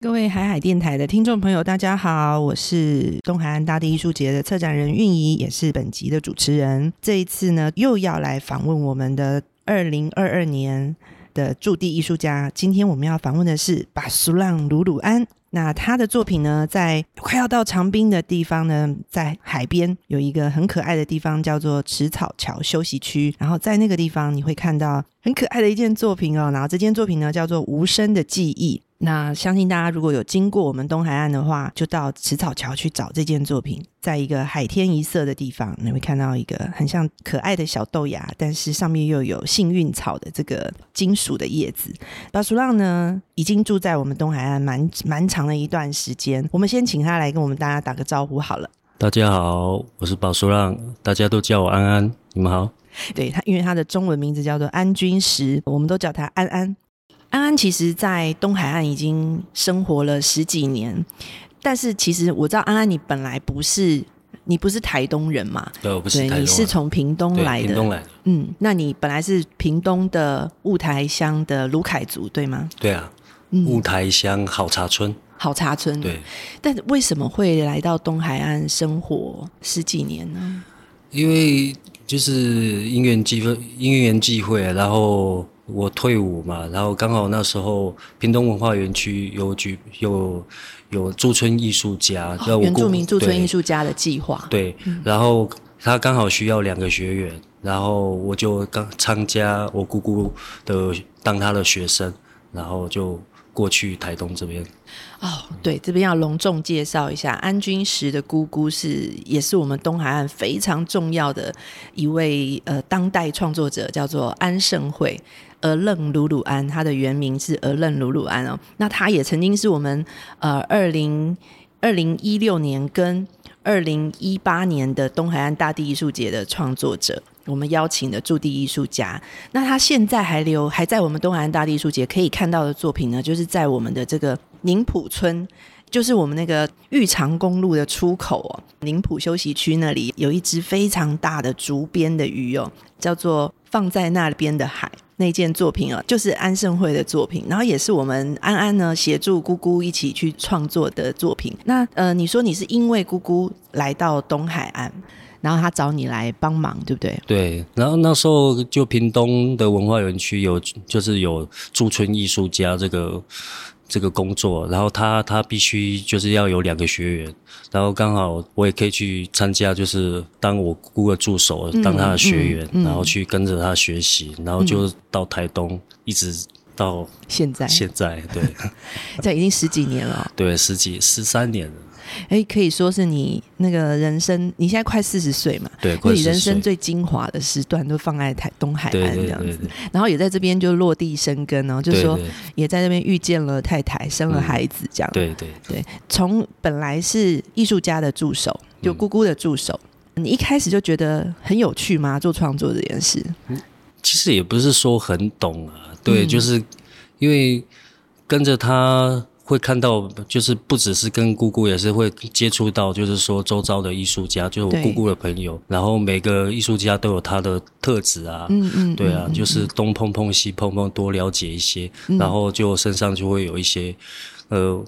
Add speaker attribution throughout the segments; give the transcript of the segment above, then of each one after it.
Speaker 1: 各位海海电台的听众朋友，大家好，我是东海岸大地艺术节的策展人韵怡，也是本集的主持人。这一次呢，又要来访问我们的二零二二年的驻地艺术家。今天我们要访问的是巴苏浪鲁鲁安。那他的作品呢，在快要到长滨的地方呢，在海边有一个很可爱的地方，叫做池草桥休息区。然后在那个地方，你会看到很可爱的一件作品哦。然后这件作品呢，叫做《无声的记忆》。那相信大家如果有经过我们东海岸的话，就到池草桥去找这件作品，在一个海天一色的地方，你会看到一个很像可爱的小豆芽，但是上面又有幸运草的这个金属的叶子。巴苏浪呢，已经住在我们东海岸蛮蛮长的一段时间。我们先请他来跟我们大家打个招呼好了。
Speaker 2: 大家好，我是宝叔浪，大家都叫我安安。你们好，
Speaker 1: 对他，因为他的中文名字叫做安君实，我们都叫他安安。安安其实，在东海岸已经生活了十几年，但是其实我知道安安你本来不是你不是台东人嘛，
Speaker 2: 对，我不是
Speaker 1: 对，
Speaker 2: 台
Speaker 1: 你
Speaker 2: 东
Speaker 1: 是
Speaker 2: 人
Speaker 1: 从屏东
Speaker 2: 对
Speaker 1: 来
Speaker 2: 屏东
Speaker 1: 的，
Speaker 2: 来的，
Speaker 1: 嗯，那你本来是屏东的雾台乡的卢凯族对吗？
Speaker 2: 对啊，雾
Speaker 1: 嗯，
Speaker 2: 台乡好茶村，
Speaker 1: 好茶村。
Speaker 2: 对，
Speaker 1: 但为什么会来到东海岸生活十几年呢？
Speaker 2: 因为就是因缘机会，因缘际会，然后我退伍嘛，然后刚好那时候屏东文化园区有举有有驻村艺术家，让我
Speaker 1: 哦原住
Speaker 2: 过
Speaker 1: 民驻村
Speaker 2: 对
Speaker 1: 艺术家的计划，
Speaker 2: 对，然后他刚好需要两个学员，然后我就刚参加我姑姑的当他的学生，然后就过去台东这边。
Speaker 1: 哦，对，这边要隆重介绍一下，安君实的姑姑是也是我们东海岸非常重要的一位呃当代创作者，叫做安盛惠。俄楞鲁鲁安，他的原名是俄楞鲁鲁安哦。那他也曾经是我们呃二零二零一六年跟二零一八年的东海岸大地艺术节的创作者，我们邀请的驻地艺术家。那他现在还留还在我们东海岸大地艺术节可以看到的作品呢，就是在我们的这个宁浦村。就是我们那个玉长公路的出口哦，宁浦休息区那里有一只非常大的竹编的鱼哦，叫做《放在那边的海》那件作品哦，就是安盛惠的作品，然后也是我们安安呢协助姑姑一起去创作的作品。那呃，你说你是因为姑姑来到东海岸，然后她找你来帮忙，对不对？
Speaker 2: 对，然后那时候就屏东的文化园区有，就是有驻村艺术家这个这个工作，然后他他必须就是要有两个学员，然后刚好我也可以去参加，就是当我姑姑的助手，当他的学员，
Speaker 1: 嗯嗯
Speaker 2: 然后去跟着他学习，然后就到台东一直到
Speaker 1: 现在
Speaker 2: 现在，对
Speaker 1: 嗯这已经十几年了哦、
Speaker 2: 对，十几十三年了，
Speaker 1: 哎，可以说是你那个人生，你现在快四十岁嘛，
Speaker 2: 对，
Speaker 1: 那
Speaker 2: 快
Speaker 1: 你
Speaker 2: 十
Speaker 1: 人
Speaker 2: 岁
Speaker 1: 生，最精华的时段都放在台东海
Speaker 2: 对
Speaker 1: 岸这
Speaker 2: 对
Speaker 1: 样子，
Speaker 2: 对对，
Speaker 1: 然后也在这边就落地生根哦，就
Speaker 2: 对
Speaker 1: 说
Speaker 2: 对嗯
Speaker 1: 也在那边遇见了太太，生了孩子这样。
Speaker 2: 对对，
Speaker 1: 从本来是艺术家的助手，就
Speaker 2: 嗯
Speaker 1: 姑姑的助手。你一开始就觉得很有趣吗？做创作这件事，
Speaker 2: 其实也不是说很懂啊，
Speaker 1: 嗯
Speaker 2: 对，就是因为跟着他会看到，就是不只是跟姑姑，也是会接触到，就是说周遭的艺术家，就是我
Speaker 1: 对
Speaker 2: 姑姑的朋友，然后每个艺术家都有他的特质啊，
Speaker 1: 嗯嗯，
Speaker 2: 对啊
Speaker 1: 嗯，
Speaker 2: 就是东碰碰西碰碰，多了解一些，然后就身上就会有一些，呃，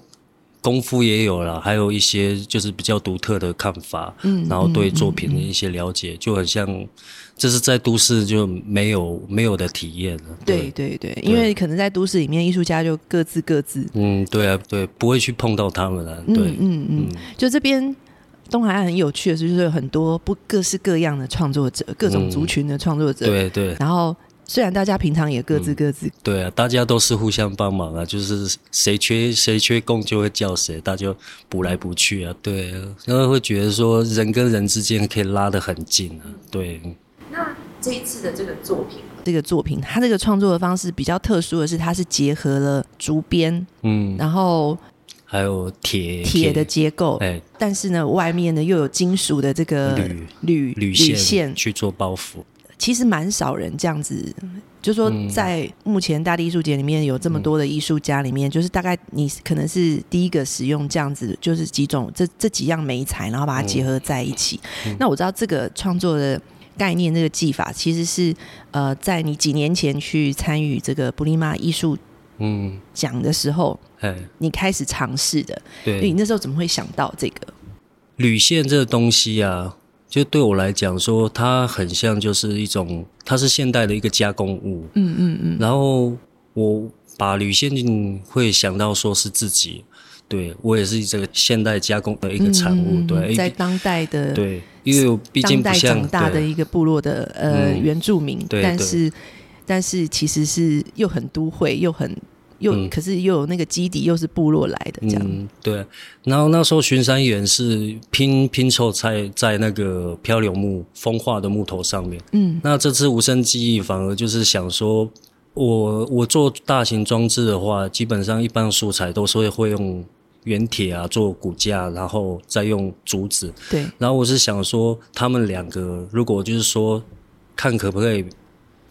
Speaker 2: 功夫也有了，还有一些就是比较独特的看法，
Speaker 1: 嗯
Speaker 2: 然后对作品的一些了解，就很像，这是在都市就没有没有的体验了。
Speaker 1: 对，对对，因为可能在都市里面，艺术家就各自各自，
Speaker 2: 嗯，对啊，对，不会去碰到他们了。
Speaker 1: 嗯
Speaker 2: 对，
Speaker 1: 嗯嗯，就这边。东海岸很有趣的是，就是有很多不各式各样的创作者，各
Speaker 2: 嗯
Speaker 1: 种族群的创作者。
Speaker 2: 对对
Speaker 1: 然后虽然大家平常也各自各自，
Speaker 2: 对啊，大家都是互相帮忙啊，就是谁缺谁缺供就会叫谁，大家就补来补去啊。对啊，然后会觉得说人跟人之间可以拉得很近啊。对，
Speaker 1: 这一次的这个作品，这个作品它这个创作的方式比较特殊的是，它是结合了竹编，
Speaker 2: 嗯，
Speaker 1: 然后
Speaker 2: 还有铁
Speaker 1: 铁的，结构，
Speaker 2: 哎，
Speaker 1: 但是呢，外面呢又有金属的这个
Speaker 2: 铝
Speaker 1: 铝
Speaker 2: 铝线去做包袱。
Speaker 1: 其实蛮少人这样子，就说
Speaker 2: 嗯
Speaker 1: 在目前大地艺术节里面有这么多的艺术家里面，就是大概你可能是第一个使用这样子，就是几种这这几样美材，然后把它结合在一起。
Speaker 2: 嗯
Speaker 1: 那我知道这个创作的。概念这个技法其实是，呃，在你几年前去参与这个布利玛艺术
Speaker 2: 嗯，
Speaker 1: 讲的时候，
Speaker 2: 哎，
Speaker 1: 你开始尝试的。你
Speaker 2: 对，
Speaker 1: 那时候怎么会想到这个？
Speaker 2: 铝线这个东西啊，就对我来讲说，它很像就是一种，它是现代的一个加工物。
Speaker 1: 嗯嗯嗯，
Speaker 2: 然后我把铝线会想到说是自己，对我也是这个现代加工的一个产物，
Speaker 1: 嗯嗯嗯
Speaker 2: 对，
Speaker 1: 在
Speaker 2: 因
Speaker 1: 当代的
Speaker 2: 对，因为我毕竟
Speaker 1: 当
Speaker 2: 不
Speaker 1: 代
Speaker 2: 像
Speaker 1: 长大的
Speaker 2: 对
Speaker 1: 一个部落的呃、
Speaker 2: 嗯
Speaker 1: 原住民，
Speaker 2: 对
Speaker 1: 但
Speaker 2: 对
Speaker 1: 是但是其实是又很都会，又很又、
Speaker 2: 嗯
Speaker 1: 可是又有那个基底，又是部落来的这样。
Speaker 2: 嗯，对。然后那时候巡山员是拼拼凑在在那个漂流木风化的木头上面。
Speaker 1: 嗯
Speaker 2: 那这次无声记忆反而就是想说，我我做大型装置的话，基本上一般素材都是会会用原铁啊做骨架，然后再用竹子。
Speaker 1: 对，
Speaker 2: 然后我是想说，他们两个如果就是说，看可不可以，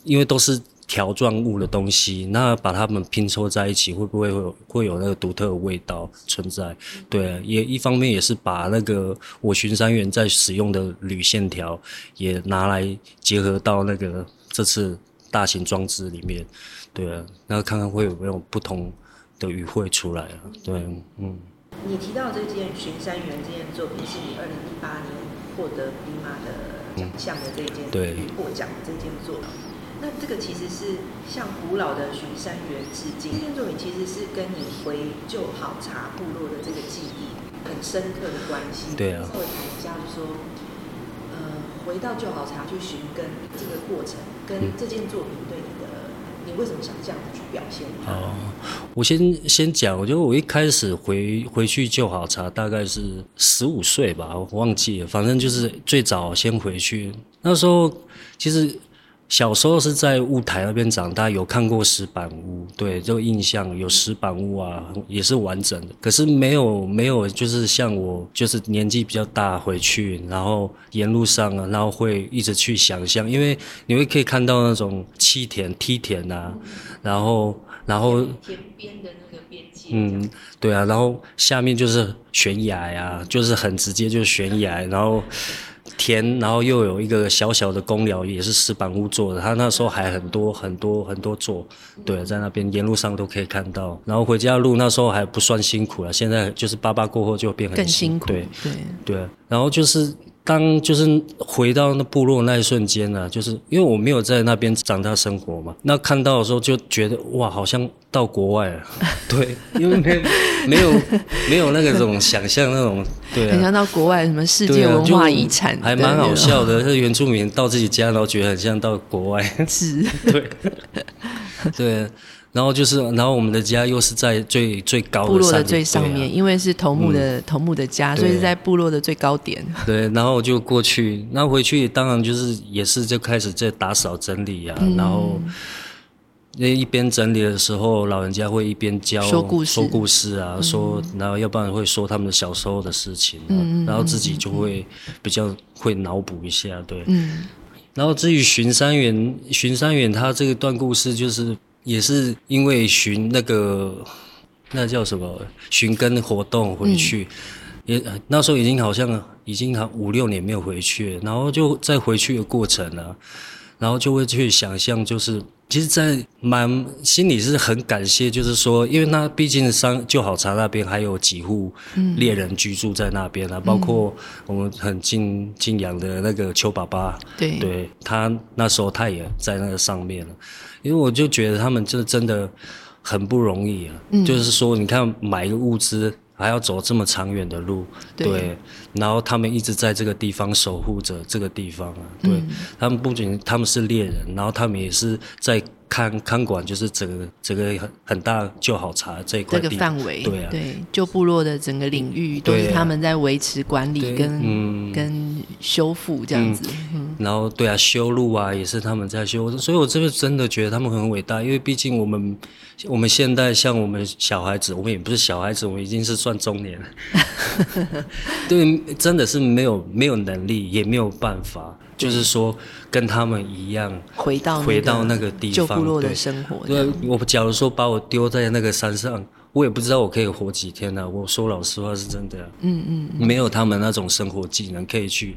Speaker 2: 因为都是条状物的东西，那把它们拼凑在一起，会不会会有会有那个独特的味道存在？对，也一方面也是把那个我巡山员在使用的铝线条也拿来结合到那个这次大型装置里面，对啊，那看看会有没有不同的语汇出来啊？对，嗯。
Speaker 3: 你提到这件《巡山员》这件作品，是你二零一八年获得比马的奖项的这件
Speaker 2: 对
Speaker 3: 获奖的这件作品。那这个其实是向古老的巡山员致敬。这件作品其实是跟你回旧好茶部落的这个记忆很深刻的关系。
Speaker 2: 对啊
Speaker 3: 稍微谈一下，就说，呃，回到旧好茶去寻根这个过程，
Speaker 2: 嗯
Speaker 3: 跟这件作品对你的，你为什么想这样子去表现它？
Speaker 2: 哦，我先先讲，我觉得我一开始回回去就好茶，大概是十五岁吧，我忘记了，反正就是最早先回去。那时候其实小时候是在雾台那边长大，有看过石板屋，对，这个印象有石板屋啊，也是完整的。可是没有没有，就是像我就是年纪比较大回去，然后沿路上啊，然后会一直去想象，因为你会可以看到那种梯田、梯田啊，然后然后
Speaker 3: 田边的那个边界，
Speaker 2: 嗯，对啊，然后下面就是悬崖呀、就是很直接就是悬崖，然后田，然后又有一个小小的公寮，也是石板屋做的，他那时候还很多很多很多座，对，在那边沿路上都可以看到。然后回家的路那时候还不算辛苦了，现在就是八八过后就变很
Speaker 1: 更辛苦。
Speaker 2: 对，
Speaker 1: 对
Speaker 2: 对，啊然后就是当就是回到那部落那一瞬间呢、就是因为我没有在那边长大生活嘛，那看到的时候就觉得哇，好像到国 外了，对，因为没有没有没有那个种想象那种，对
Speaker 1: 很
Speaker 2: 啊。
Speaker 1: 像到国外什么世
Speaker 2: 对
Speaker 1: 界
Speaker 2: 啊
Speaker 1: 文
Speaker 2: 就
Speaker 1: 化遗产的那
Speaker 2: 还
Speaker 1: 种，
Speaker 2: 蛮好笑的。这原住民到自己家，然后觉得很像到国外，
Speaker 1: 是。
Speaker 2: 对对。然后就是，然后我们的家又是在最最高
Speaker 1: 部落
Speaker 2: 山
Speaker 1: 的
Speaker 2: 顶
Speaker 1: 最上
Speaker 2: 对啊嗯
Speaker 1: 面，因为是头目的、头目的家，
Speaker 2: 对啊
Speaker 1: 所以是在部落的最高点。
Speaker 2: 对，然后我就过去，那回去当然就是也是就开始在打扫整理啊，然后
Speaker 1: 嗯
Speaker 2: 那一边整理的时候，老人家会一边教
Speaker 1: 说故事嗯
Speaker 2: 事啊，说然后要不然会说他们小时候的事情、啊，然后自己就会比较会脑补一下，对，
Speaker 1: 嗯，
Speaker 2: 然后至于巡山员，巡山员他这个段故事就是也是因为巡那个那叫什么巡耕活动
Speaker 1: 嗯
Speaker 2: 回去，也呃那时候已经好像已经好五六年没有回去了，然后就在回去的过程啊，然后就会去想象，就是其实，在蛮心里是很感谢，就是说，因为那毕竟商就好茶那边还有几户猎人居住在那边啊，包括我们很敬敬仰的那个邱爸爸，
Speaker 1: 对
Speaker 2: 对他那时候他也在那个上面了，因为我就觉得他们就真的很不容易啊，
Speaker 1: 嗯
Speaker 2: 就是说你看买一个物资还要走这么长远的路，
Speaker 1: 对
Speaker 2: 然后他们一直在这个地方守护着这个地方啊，对、
Speaker 1: 嗯
Speaker 2: 他们不仅他们是猎人，然后他们也是在看看管，就是整个整个很很大就好茶这一块
Speaker 1: 这
Speaker 2: 地
Speaker 1: 个范围，
Speaker 2: 对啊，
Speaker 1: 就部落的整个领域都是
Speaker 2: 对啊
Speaker 1: 他们在维持、管理
Speaker 2: 对
Speaker 1: 跟、
Speaker 2: 嗯
Speaker 1: 跟修复这样子。嗯
Speaker 2: 然后对啊，修路啊也是他们在修，所以我真的真的觉得他们很伟大，因为毕竟我们我们现在像我们小孩子，我们也不是小孩子，我们已经是算中年了，对，真的是没有没有能力，也没有办法，就是说跟他们一样。
Speaker 1: 回到
Speaker 2: 回到那个地
Speaker 1: 旧
Speaker 2: 方
Speaker 1: 部落的
Speaker 2: 对
Speaker 1: 生活，
Speaker 2: 对，啊我假如说把我丢在那个山上，我也不知道我可以活几天啊。我说老实话是真的、嗯嗯，没有他们那种生活技能可以去，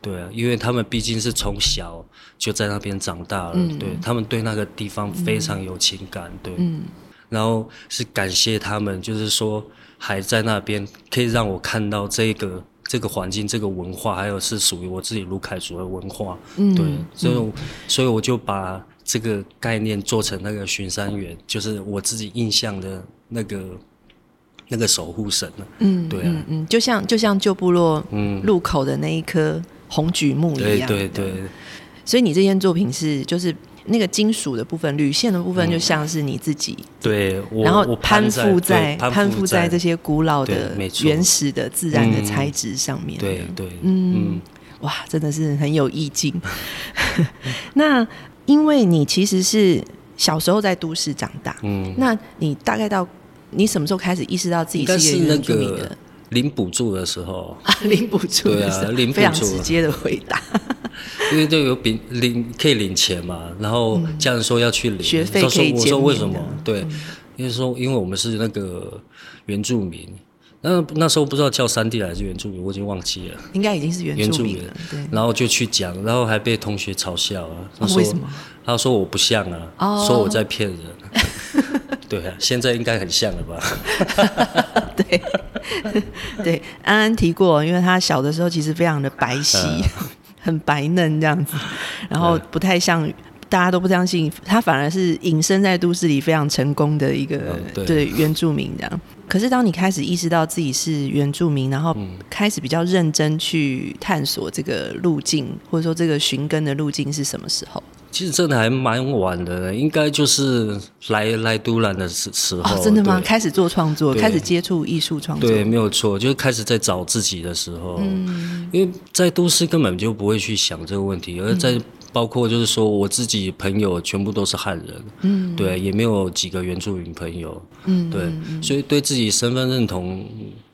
Speaker 2: 对啊，因为他们毕竟是从小嗯就在那边长大了，对他们对那个地方非常有情感，对，嗯。然后是感谢他们，就是说还在那边可以让我看到这个这个环境、这个文化，还有是属于我自己卢凯族的文化。
Speaker 1: 嗯
Speaker 2: 对，所以
Speaker 1: 嗯
Speaker 2: 我、所以我就把这个概念做成那个巡山员，就是我自己印象的那个那个守护神了。
Speaker 1: 嗯，
Speaker 2: 对啊
Speaker 1: 嗯嗯，就像就像旧部落
Speaker 2: 嗯，
Speaker 1: 路口的那一棵红榉木一
Speaker 2: 对
Speaker 1: 样，
Speaker 2: 对对，
Speaker 1: 所以你这件作品是就是那个金属的部分、铝线的部分，
Speaker 2: 嗯
Speaker 1: 就像是你自己，
Speaker 2: 对我
Speaker 1: 然后
Speaker 2: 我
Speaker 1: 攀
Speaker 2: 攀
Speaker 1: 附
Speaker 2: 在对
Speaker 1: 攀附在这些古老的
Speaker 2: 对没、错
Speaker 1: 原始的、自然的
Speaker 2: 嗯
Speaker 1: 材质上面。
Speaker 2: 对对
Speaker 1: 嗯
Speaker 2: 嗯
Speaker 1: 哇，真的是很有意 境。那因为你其实是小时候在都市长大，
Speaker 2: 嗯，
Speaker 1: 那你大概到你什么时候开始意识到自己
Speaker 2: 应该
Speaker 1: 是
Speaker 2: 是
Speaker 1: 一
Speaker 2: 那
Speaker 1: 原住民的
Speaker 2: 个？领补助的时候，
Speaker 1: 啊，领补助
Speaker 2: 对啊
Speaker 1: 的时候
Speaker 2: 领补
Speaker 1: 非常
Speaker 2: 助
Speaker 1: 直接的回答。
Speaker 2: 因为就有领领可以领钱嘛，然后家人说要去领，
Speaker 1: 学费
Speaker 2: 他说
Speaker 1: 可以
Speaker 2: 我
Speaker 1: 减
Speaker 2: 说
Speaker 1: 免
Speaker 2: 为什
Speaker 1: 的
Speaker 2: 么？对，因为说因为我们是那个原住民，那那时候不知道叫山地还是原住民，我已经忘记了。
Speaker 1: 应该已经是原
Speaker 2: 原
Speaker 1: 住
Speaker 2: 住
Speaker 1: 民
Speaker 2: 民
Speaker 1: 了，对。
Speaker 2: 然后就去讲，然后还被同学嘲笑啊。他
Speaker 1: 哦
Speaker 2: 说、
Speaker 1: 为什么？
Speaker 2: 他说我不像啊，
Speaker 1: 哦
Speaker 2: 说我在骗人。对啊，现在应该很像了吧？
Speaker 1: 对， 对，安安提过，因为他小的时候其实非常的白皙，
Speaker 2: 嗯
Speaker 1: 很白嫩这样子，然后不太像。大家都不相信，他反而是隐身在都市里非常成功的一个、
Speaker 2: 嗯对
Speaker 1: 原住民这样。可是当你开始意识到自己是原住民，然后
Speaker 2: 嗯
Speaker 1: 开始比较认真去探索这个路径，或者说这个寻根的路径是什么时候？
Speaker 2: 其实真的还蛮晚的，应该就是来来都兰的时时候、
Speaker 1: 哦，真的吗？
Speaker 2: 对
Speaker 1: 开始做创作，
Speaker 2: 对
Speaker 1: 开始接触艺术创作，
Speaker 2: 对，没有错，就是开始在找自己的时候，
Speaker 1: 嗯
Speaker 2: 因为在都市根本就不会去想这个问题，而
Speaker 1: 嗯
Speaker 2: 在包括就是说我自己朋友全部都是汉人，嗯，对，也没有几个原住民朋友，
Speaker 1: 嗯，
Speaker 2: 对，所以对自己身份认同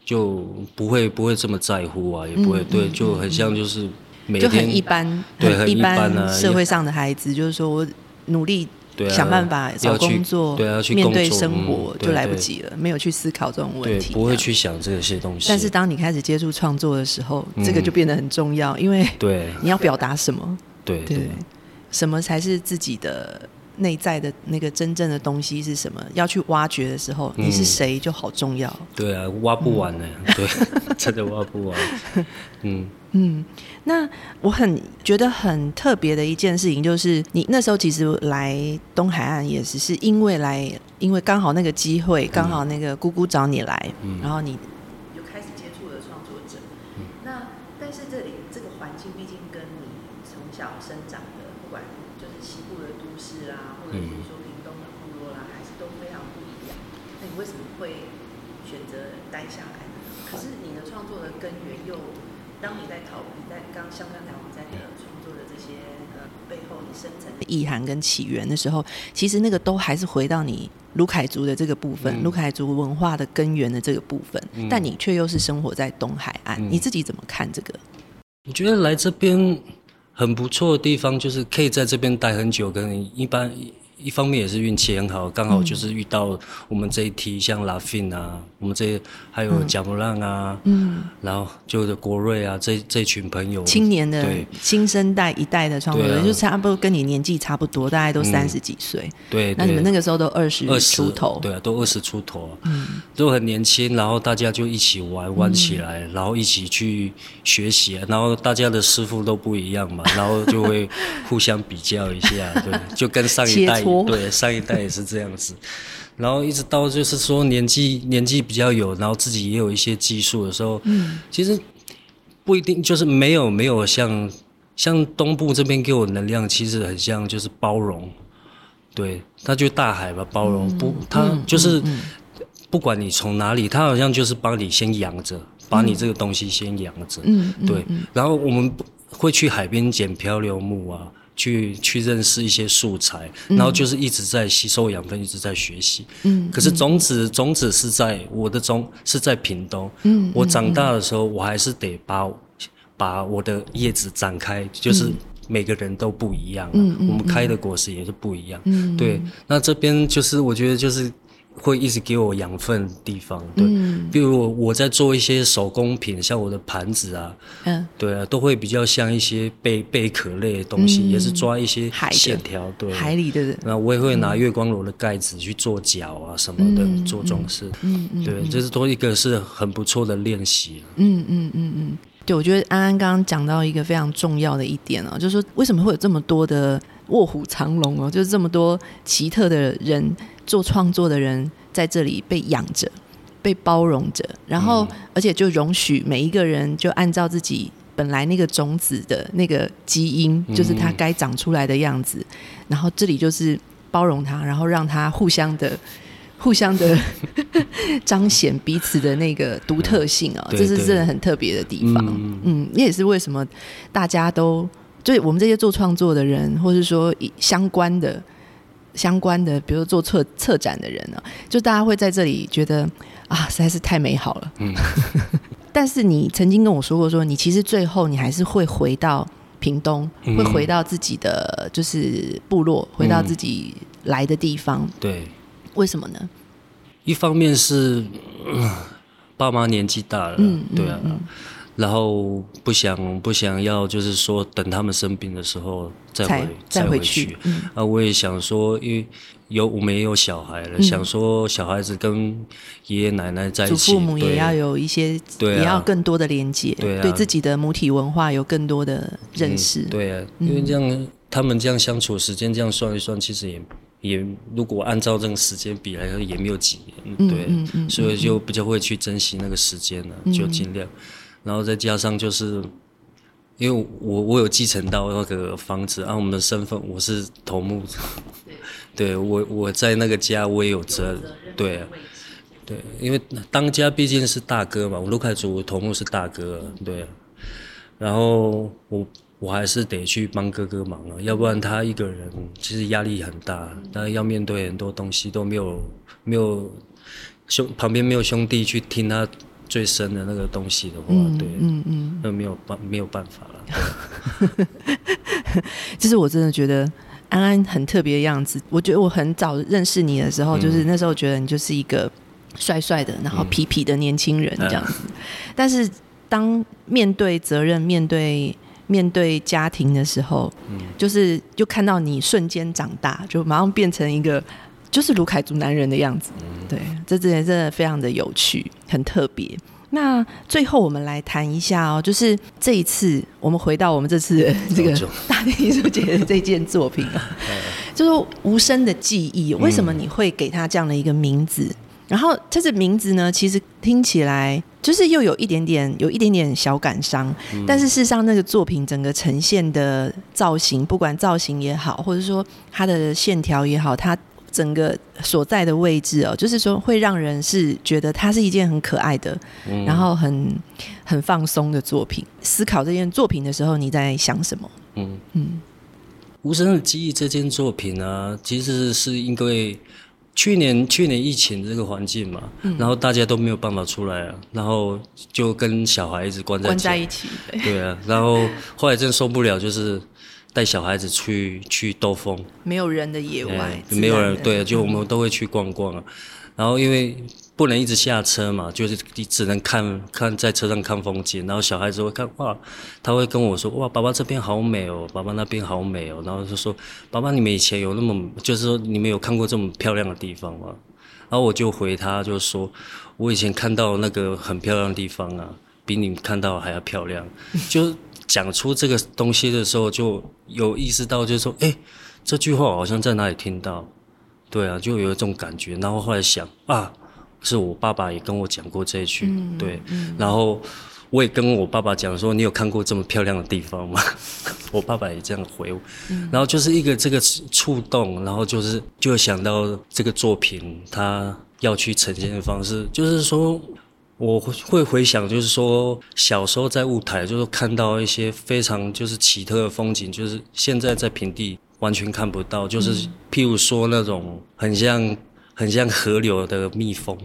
Speaker 2: 就不会不会这么在乎啊，也不会、对，就很像就是每
Speaker 1: 嗯就
Speaker 2: 天
Speaker 1: 很一般，
Speaker 2: 对很
Speaker 1: 一
Speaker 2: 一般啊
Speaker 1: 社会上的孩子，就是说我努力
Speaker 2: 对啊
Speaker 1: 想办法找
Speaker 2: 要去
Speaker 1: 工作，
Speaker 2: 对啊要去
Speaker 1: 面
Speaker 2: 工
Speaker 1: 对
Speaker 2: 作
Speaker 1: 生
Speaker 2: 嗯
Speaker 1: 活
Speaker 2: 对
Speaker 1: 就来不
Speaker 2: 对
Speaker 1: 及了，没有去思考这种问
Speaker 2: 对
Speaker 1: 题，
Speaker 2: 不会
Speaker 1: 这样。
Speaker 2: 去想这些东西，
Speaker 1: 但是当你开始接触创作的时候，这个就变得很重要，因为
Speaker 2: 嗯对
Speaker 1: 你要表达什么，
Speaker 2: 对
Speaker 1: 对，什么才是自己的内在的那个真正的东西是什么？要去挖掘的时候，你是
Speaker 2: 嗯
Speaker 1: 谁就好重要。
Speaker 2: 对啊，挖不完呢、对， 真的挖不完，嗯。
Speaker 1: 嗯，那我很觉得很特别的一件事情，就是你那时候其实来东海岸也只是因为来，因为刚好那个机会，刚好那个姑姑找你来，然后你
Speaker 3: 有开始接触了创作者。那但是这里这个环境，毕竟跟你从小生长的，不管就是西部的都市啊，或者是说屏东的部落啦、还是都非常不一样。那你为什么会选择待下来呢？可是你的创作的根源又，当你在讨你在刚香港台湾在的创作的这些呃背后，你深层的
Speaker 1: 意涵跟起源的时候，其实那个都还是回到你卢凯族的这个部分，
Speaker 2: 嗯
Speaker 1: 卢凯族文化的根源的这个部分，
Speaker 2: 嗯
Speaker 1: 但你却又是生活在东海岸，
Speaker 2: 嗯
Speaker 1: 你自己怎么看这个？
Speaker 2: 我觉得来这边很不错的地方，就是可以在这边待很久，可能一般一方面也是运气很好，刚好就是遇到我们这一批像拉fin 啊，我们这还有贾布浪啊，
Speaker 1: 嗯，
Speaker 2: 然后就是国瑞啊，这这群朋友，
Speaker 1: 青年的
Speaker 2: 对
Speaker 1: 新生代一代的创作者，
Speaker 2: 对啊嗯
Speaker 1: 就差不多跟你年纪差不多，大概都三十几岁。
Speaker 2: 对，
Speaker 1: 那你们那
Speaker 2: 个
Speaker 1: 个时候都二十
Speaker 2: 二十
Speaker 1: 出头，
Speaker 2: 对啊，都二十出头、啊，嗯，都很年轻，然后大家就一起玩玩起来，
Speaker 1: 嗯
Speaker 2: 然后一起去学习啊，然后大家的师傅都不一样嘛，然后就会互相比较一下， 对，就跟上一代
Speaker 1: 切磋
Speaker 2: 对上一代也是这样子。然后一直到就是说年纪年纪比较有，然后自己也有一些技术的时候，嗯，其实不一定就是没有没有像像东部这边给我能量，其实很像就是包容，对，它就大海吧，包容、不，它就是、不管你从哪里，它好像就是帮你先养着，把你这个东西先养着，
Speaker 1: 嗯，嗯
Speaker 2: 对，然后我们不会去海边捡漂流木啊，去去认识一些素材，然后就是一直在吸收养分，一直在学习。
Speaker 1: 嗯，
Speaker 2: 可是种子种子是在我的种是在屏东，嗯，我长大的时候，我还是得把把我的叶子展开，
Speaker 1: 嗯
Speaker 2: 就是。每个人都不
Speaker 1: 嗯
Speaker 2: 一样、啊，我们开的果实也是不一样。对，那这边就是我觉得就是会一直给我养分的地方。对，
Speaker 1: 嗯
Speaker 2: 比如我我在做一些手工品，像我的盘子啊，
Speaker 1: 嗯，
Speaker 2: 对啊，都会比较像一些贝贝壳类的东西，
Speaker 1: 嗯
Speaker 2: 也是抓一些
Speaker 1: 海的
Speaker 2: 线条，对。
Speaker 1: 海里的人，
Speaker 2: 那我也会拿月光螺的盖子去做脚啊什么的，
Speaker 1: 嗯
Speaker 2: 做装饰。
Speaker 1: 嗯嗯，
Speaker 2: 对，这是多一个是很不错的练习啊、
Speaker 1: 嗯嗯嗯嗯，对，我觉得安安刚刚讲到一个非常重要的一点哦，就是说为什么会有这么多的卧虎藏龙哦，就是这么多奇特的人做创作的人在这里被养着、被包容着，然后、
Speaker 2: 嗯
Speaker 1: 而且就容许每一个人就按照自己。本来那个种子的那个基因，就是
Speaker 2: 嗯
Speaker 1: 它该长出来的样子，然后这里就是包容它，然后让它互相的、互相的 彰显彼此的那个独特性哦，
Speaker 2: 对
Speaker 1: 这是
Speaker 2: 对
Speaker 1: 真的很特别的地方。
Speaker 2: 嗯
Speaker 1: 嗯，也是为什么大家都，就是我们这些做创作的人，或是说以相关的、相关的，比如做策策展的人呢、就大家会在这里觉得啊，实在是太美好了。嗯， 但是你曾经跟我说过说你其实最后你还是会回到屏东，
Speaker 2: 嗯
Speaker 1: 会回到自己的就是部落，回到自己来的地方，
Speaker 2: 对，
Speaker 1: 为什么呢？
Speaker 2: 一方面是、 嗯爸妈年纪大了，
Speaker 1: 嗯
Speaker 2: 对啊，然后不想不想要，就是说等他们生病的时候再
Speaker 1: 才
Speaker 2: 回再
Speaker 1: 回
Speaker 2: 去。
Speaker 1: 嗯
Speaker 2: 啊，我也想说，因为有我们也有小孩
Speaker 1: 嗯
Speaker 2: 了，想说小孩子跟爷爷奶奶在一
Speaker 1: 祖
Speaker 2: 起，
Speaker 1: 父母也
Speaker 2: 对
Speaker 1: 要有一些，
Speaker 2: 对啊
Speaker 1: 也要更多的连接，
Speaker 2: 对啊
Speaker 1: 自己的母体文化有更多的认识。
Speaker 2: 嗯对啊，因为这样、他们这样相处时间这样算一算，其实也也如果按照这个时间比来说，也没有几年，对，啊
Speaker 1: 嗯嗯
Speaker 2: 所以就比较会去珍惜那个时间了、就尽量。然后再加上就是。因为我我有继承到那个房子，按、啊、我们的身份，我是头目， 对我我在那个家我也有责任，对、啊，对，因为当家毕竟是大哥嘛，我卢凯祖头目是大哥，对、啊，然后我我还是得去帮哥哥忙啊，要不然他一个人其实压力很大，他要面对很多东西都没有没有兄旁边没有兄弟去听他最深的那个东西的话，对，
Speaker 1: 嗯嗯，
Speaker 2: 那没有办没有办法了。
Speaker 1: 这是我真的觉得安安很特别的样子。我觉得我很早认识你的时候，就是那时候觉得你就是一个帅帅的，然后痞痞的年轻人这样子。但是当面对责任、面对面对家庭的时候，就是就看到你瞬间长大，就马上变成一个就是卢凯族男人的样子。对，这之前真的非常的有趣，很特别。那最后我们来谈一下哦，就是这一次我们回到我们这次的 这个
Speaker 2: 了解
Speaker 1: 大地艺术节的这件作品啊，就是无声的记忆，为什么你会给它这样的一个名字？然后这个名字呢，其实听起来就是又有一点点，有一点点小感伤，但是事实上那个作品整个呈现的造型，不管造型也好，或者说它的线条也好，它整个所在的位置哦，就是说会让人是觉得它是一件很可爱的，然后很很放松的作品。思考这件作品的时候，你在想什么？
Speaker 2: 嗯
Speaker 1: 嗯
Speaker 2: 无声的记忆这件作品呢，其实是因为去年去年疫情这个环境嘛，
Speaker 1: 嗯
Speaker 2: 然后大家都没有办法出来啊，然后就跟小孩一直关在
Speaker 1: 关
Speaker 2: 家
Speaker 1: 在一起，
Speaker 2: 对啊，然后后来真受不了，就是带小孩子去去兜风，
Speaker 1: 没有人的野外
Speaker 2: 哎，
Speaker 1: 自
Speaker 2: 没有
Speaker 1: 然
Speaker 2: 人
Speaker 1: 的
Speaker 2: 对，就我们都会去逛逛啊。然后因为不能一直下车嘛，就是你只能看看在车上看风景，然后小孩子会看哇，他会跟我说哇，爸爸这边好美哦，爸爸那边好美哦，然后就说爸爸你们以前哦有那么，就是说你们有看过这么漂亮的地方吗？然后我就回他就说，我以前看到那个很漂亮的地方啊，比你看到还要漂亮。就讲出这个东西的时候，就有意识到，就是说，哎、这句话我好像在哪里听到，对啊，就有一种感觉。然后后来想啊，是我爸爸也跟我讲过这一句，对，然后。我也跟我爸爸讲说，你有看过这么漂亮的地方吗？ 我爸爸也这样回我，然后就是一个这个触动，然后就是就想到这个作品它要去呈现的方式，就是说我会会回想，就是说小时候在雾台，就是看到一些非常就是奇特的风景，就是现在在平地完全看不到，就是譬如说那种很像很像河流的蜜蜂，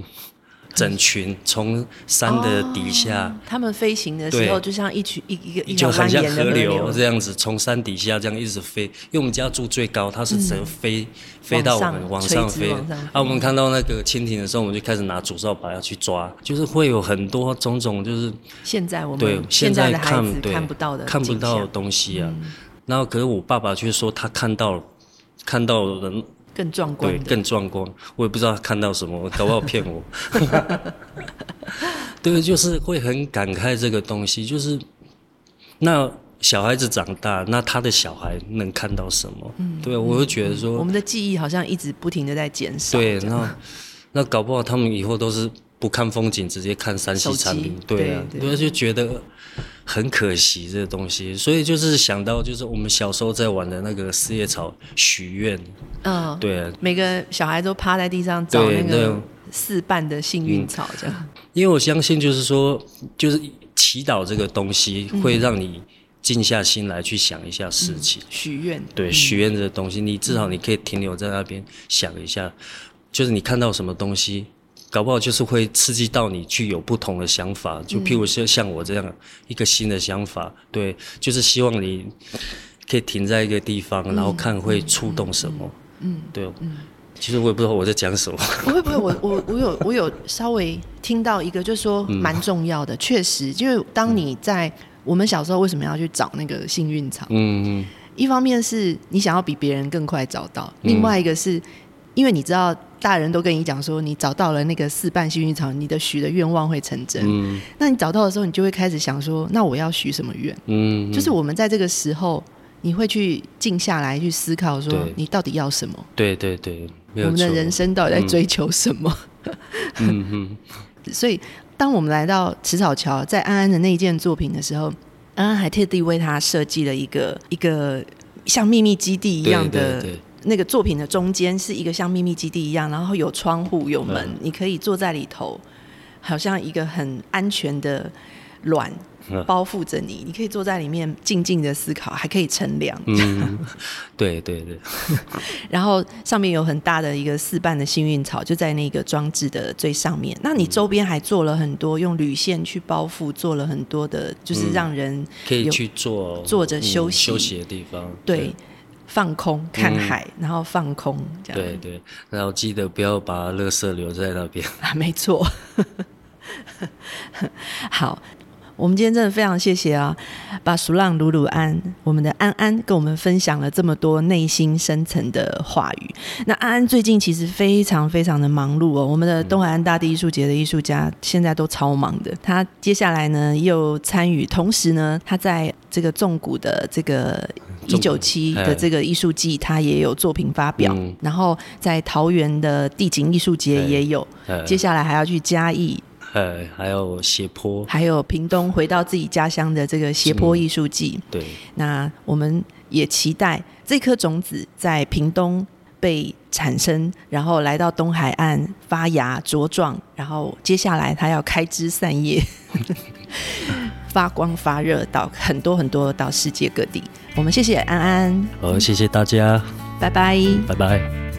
Speaker 2: 整群从山的底下。
Speaker 1: 哦他们飞行的时候
Speaker 2: 对
Speaker 1: 就像一群一一个一条
Speaker 2: 就很
Speaker 1: 蜿蜒
Speaker 2: 像
Speaker 1: 的
Speaker 2: 河流
Speaker 1: 流，
Speaker 2: 这样子，从山底下这样一直飞。因为我们家住最高，它是整个飞、飞到我们
Speaker 1: 往
Speaker 2: 往
Speaker 1: 上
Speaker 2: 上
Speaker 1: 垂直
Speaker 2: 飞
Speaker 1: 往上飞。
Speaker 2: 啊，我们看到那个蜻蜓的时候，我们就开始拿竹扫把要去抓，就是会有很多种种，就是
Speaker 1: 现在我
Speaker 2: 对
Speaker 1: 们
Speaker 2: 现
Speaker 1: 在的孩
Speaker 2: 看
Speaker 1: 子
Speaker 2: 对
Speaker 1: 看不到的
Speaker 2: 看不
Speaker 1: 景
Speaker 2: 到的
Speaker 1: 象嗯
Speaker 2: 东西啊。然后，可是我爸爸却说他看到了看到人
Speaker 1: 更壮观
Speaker 2: 对
Speaker 1: 的，
Speaker 2: 更壮观，我也不知道他看到什么， 搞不好骗我。对，就是会很感慨这个东西，就是那小孩子长大，那他的小孩能看到什么？对，我就觉得
Speaker 1: 嗯我
Speaker 2: 说，
Speaker 1: 们的记忆好像一直不停的在减少。
Speaker 2: 对，那那搞不好他们以后都是不看风景，直接看山西产品
Speaker 1: 手机，
Speaker 2: 对啊，
Speaker 1: 对对
Speaker 2: 对啊，就觉得。很可惜这个东西，所以就是想到就是我们小时候在玩的那个四叶草许愿，
Speaker 1: 嗯，
Speaker 2: 对啊、
Speaker 1: 每个小孩都趴在地上找
Speaker 2: 对嗯
Speaker 1: 那个
Speaker 2: 那
Speaker 1: 四瓣的幸运草，这样。
Speaker 2: 因为我相信，就是说，就是祈祷这个东西会让你静下心来去想一下事情。
Speaker 1: 许愿，
Speaker 2: 对，许愿这个东西，你至少你可以停留在那边想一下，就是你看到什么东西，搞不好就是会刺激到你去有不同的想法。就譬如说像我这样一个新的想法，对，就是希望你可以停在一个地方，然后看会触动什么。嗯，对。其实我也不知道我在讲什么。
Speaker 1: 不会不会，我我我有我有稍微听到一个，就是说
Speaker 2: 嗯
Speaker 1: 蛮重要的，确实，因为当你在我们小时候为什么要去找那个幸运草？
Speaker 2: 嗯，
Speaker 1: 一方面是你想要比别人更快找到，另外一个是因为你知道大人都跟你讲说，你找到了那个四瓣幸运草，你的许的愿望会成真。
Speaker 2: 嗯
Speaker 1: 那你找到的时候，你就会开始想说，那我要许什么愿？
Speaker 2: 嗯嗯，
Speaker 1: 就是我们在这个时候，你会去静下来去思考，说
Speaker 2: 对
Speaker 1: 你到底要什么，
Speaker 2: 对对对，
Speaker 1: 我
Speaker 2: 没有
Speaker 1: 们的
Speaker 2: 错
Speaker 1: 人生到底在追求什么。
Speaker 2: 嗯嗯，
Speaker 1: 所以，当我们来到池草桥，在安安的那一件作品的时候，安安还特地为他设计了一个一个像秘密基地一样的
Speaker 2: 对对对
Speaker 1: 那个作品的中间是一个像秘密基地一样，然后有窗户有门，
Speaker 2: 嗯
Speaker 1: 你可以坐在里头，好像一个很安全的卵
Speaker 2: 嗯
Speaker 1: 包覆着你，你可以坐在里面静静的思考，还可以乘凉，
Speaker 2: 嗯，对对对，
Speaker 1: 然后上面有很大的一个四瓣的幸运草，就在那个装置的最上面。那你周边还做了很多用铝线去包覆，做了很多的，就是让人
Speaker 2: 可以
Speaker 1: 有
Speaker 2: 去做嗯
Speaker 1: 坐着休息
Speaker 2: 休息的地方。
Speaker 1: 对放空看海，然后放空这样。
Speaker 2: 对对，然后记得不要把垃圾留在那边。
Speaker 1: 啊，没错。 好，我们今天真的非常谢谢啊，把苏浪鲁鲁安，我们的安安跟我们分享了这么多内心深层的话语。那安安最近其实非常非常的忙碌哦，我们的东海岸大地艺术节的艺术家现在都超忙的。他接下来呢又参与，同时呢他在这个纵谷的这个一九七的这个艺术季，他也有作品发表，
Speaker 2: 嗯
Speaker 1: 然后在桃园的地景艺术节
Speaker 2: 哎
Speaker 1: 也有。
Speaker 2: 呃
Speaker 1: 接下来还要去嘉义，
Speaker 2: 呃， 还有斜坡，
Speaker 1: 还有屏东，回到自己家乡的这个斜坡艺术季。
Speaker 2: 对，
Speaker 1: 那我们也期待这颗种子在屏东被产生，然后来到东海岸发芽茁壮，然后接下来它要开枝散叶， 发光发热到很多很多到世界各地。我们谢谢安安，
Speaker 2: 呃，谢谢大家，
Speaker 1: 拜拜。
Speaker 2: 拜拜。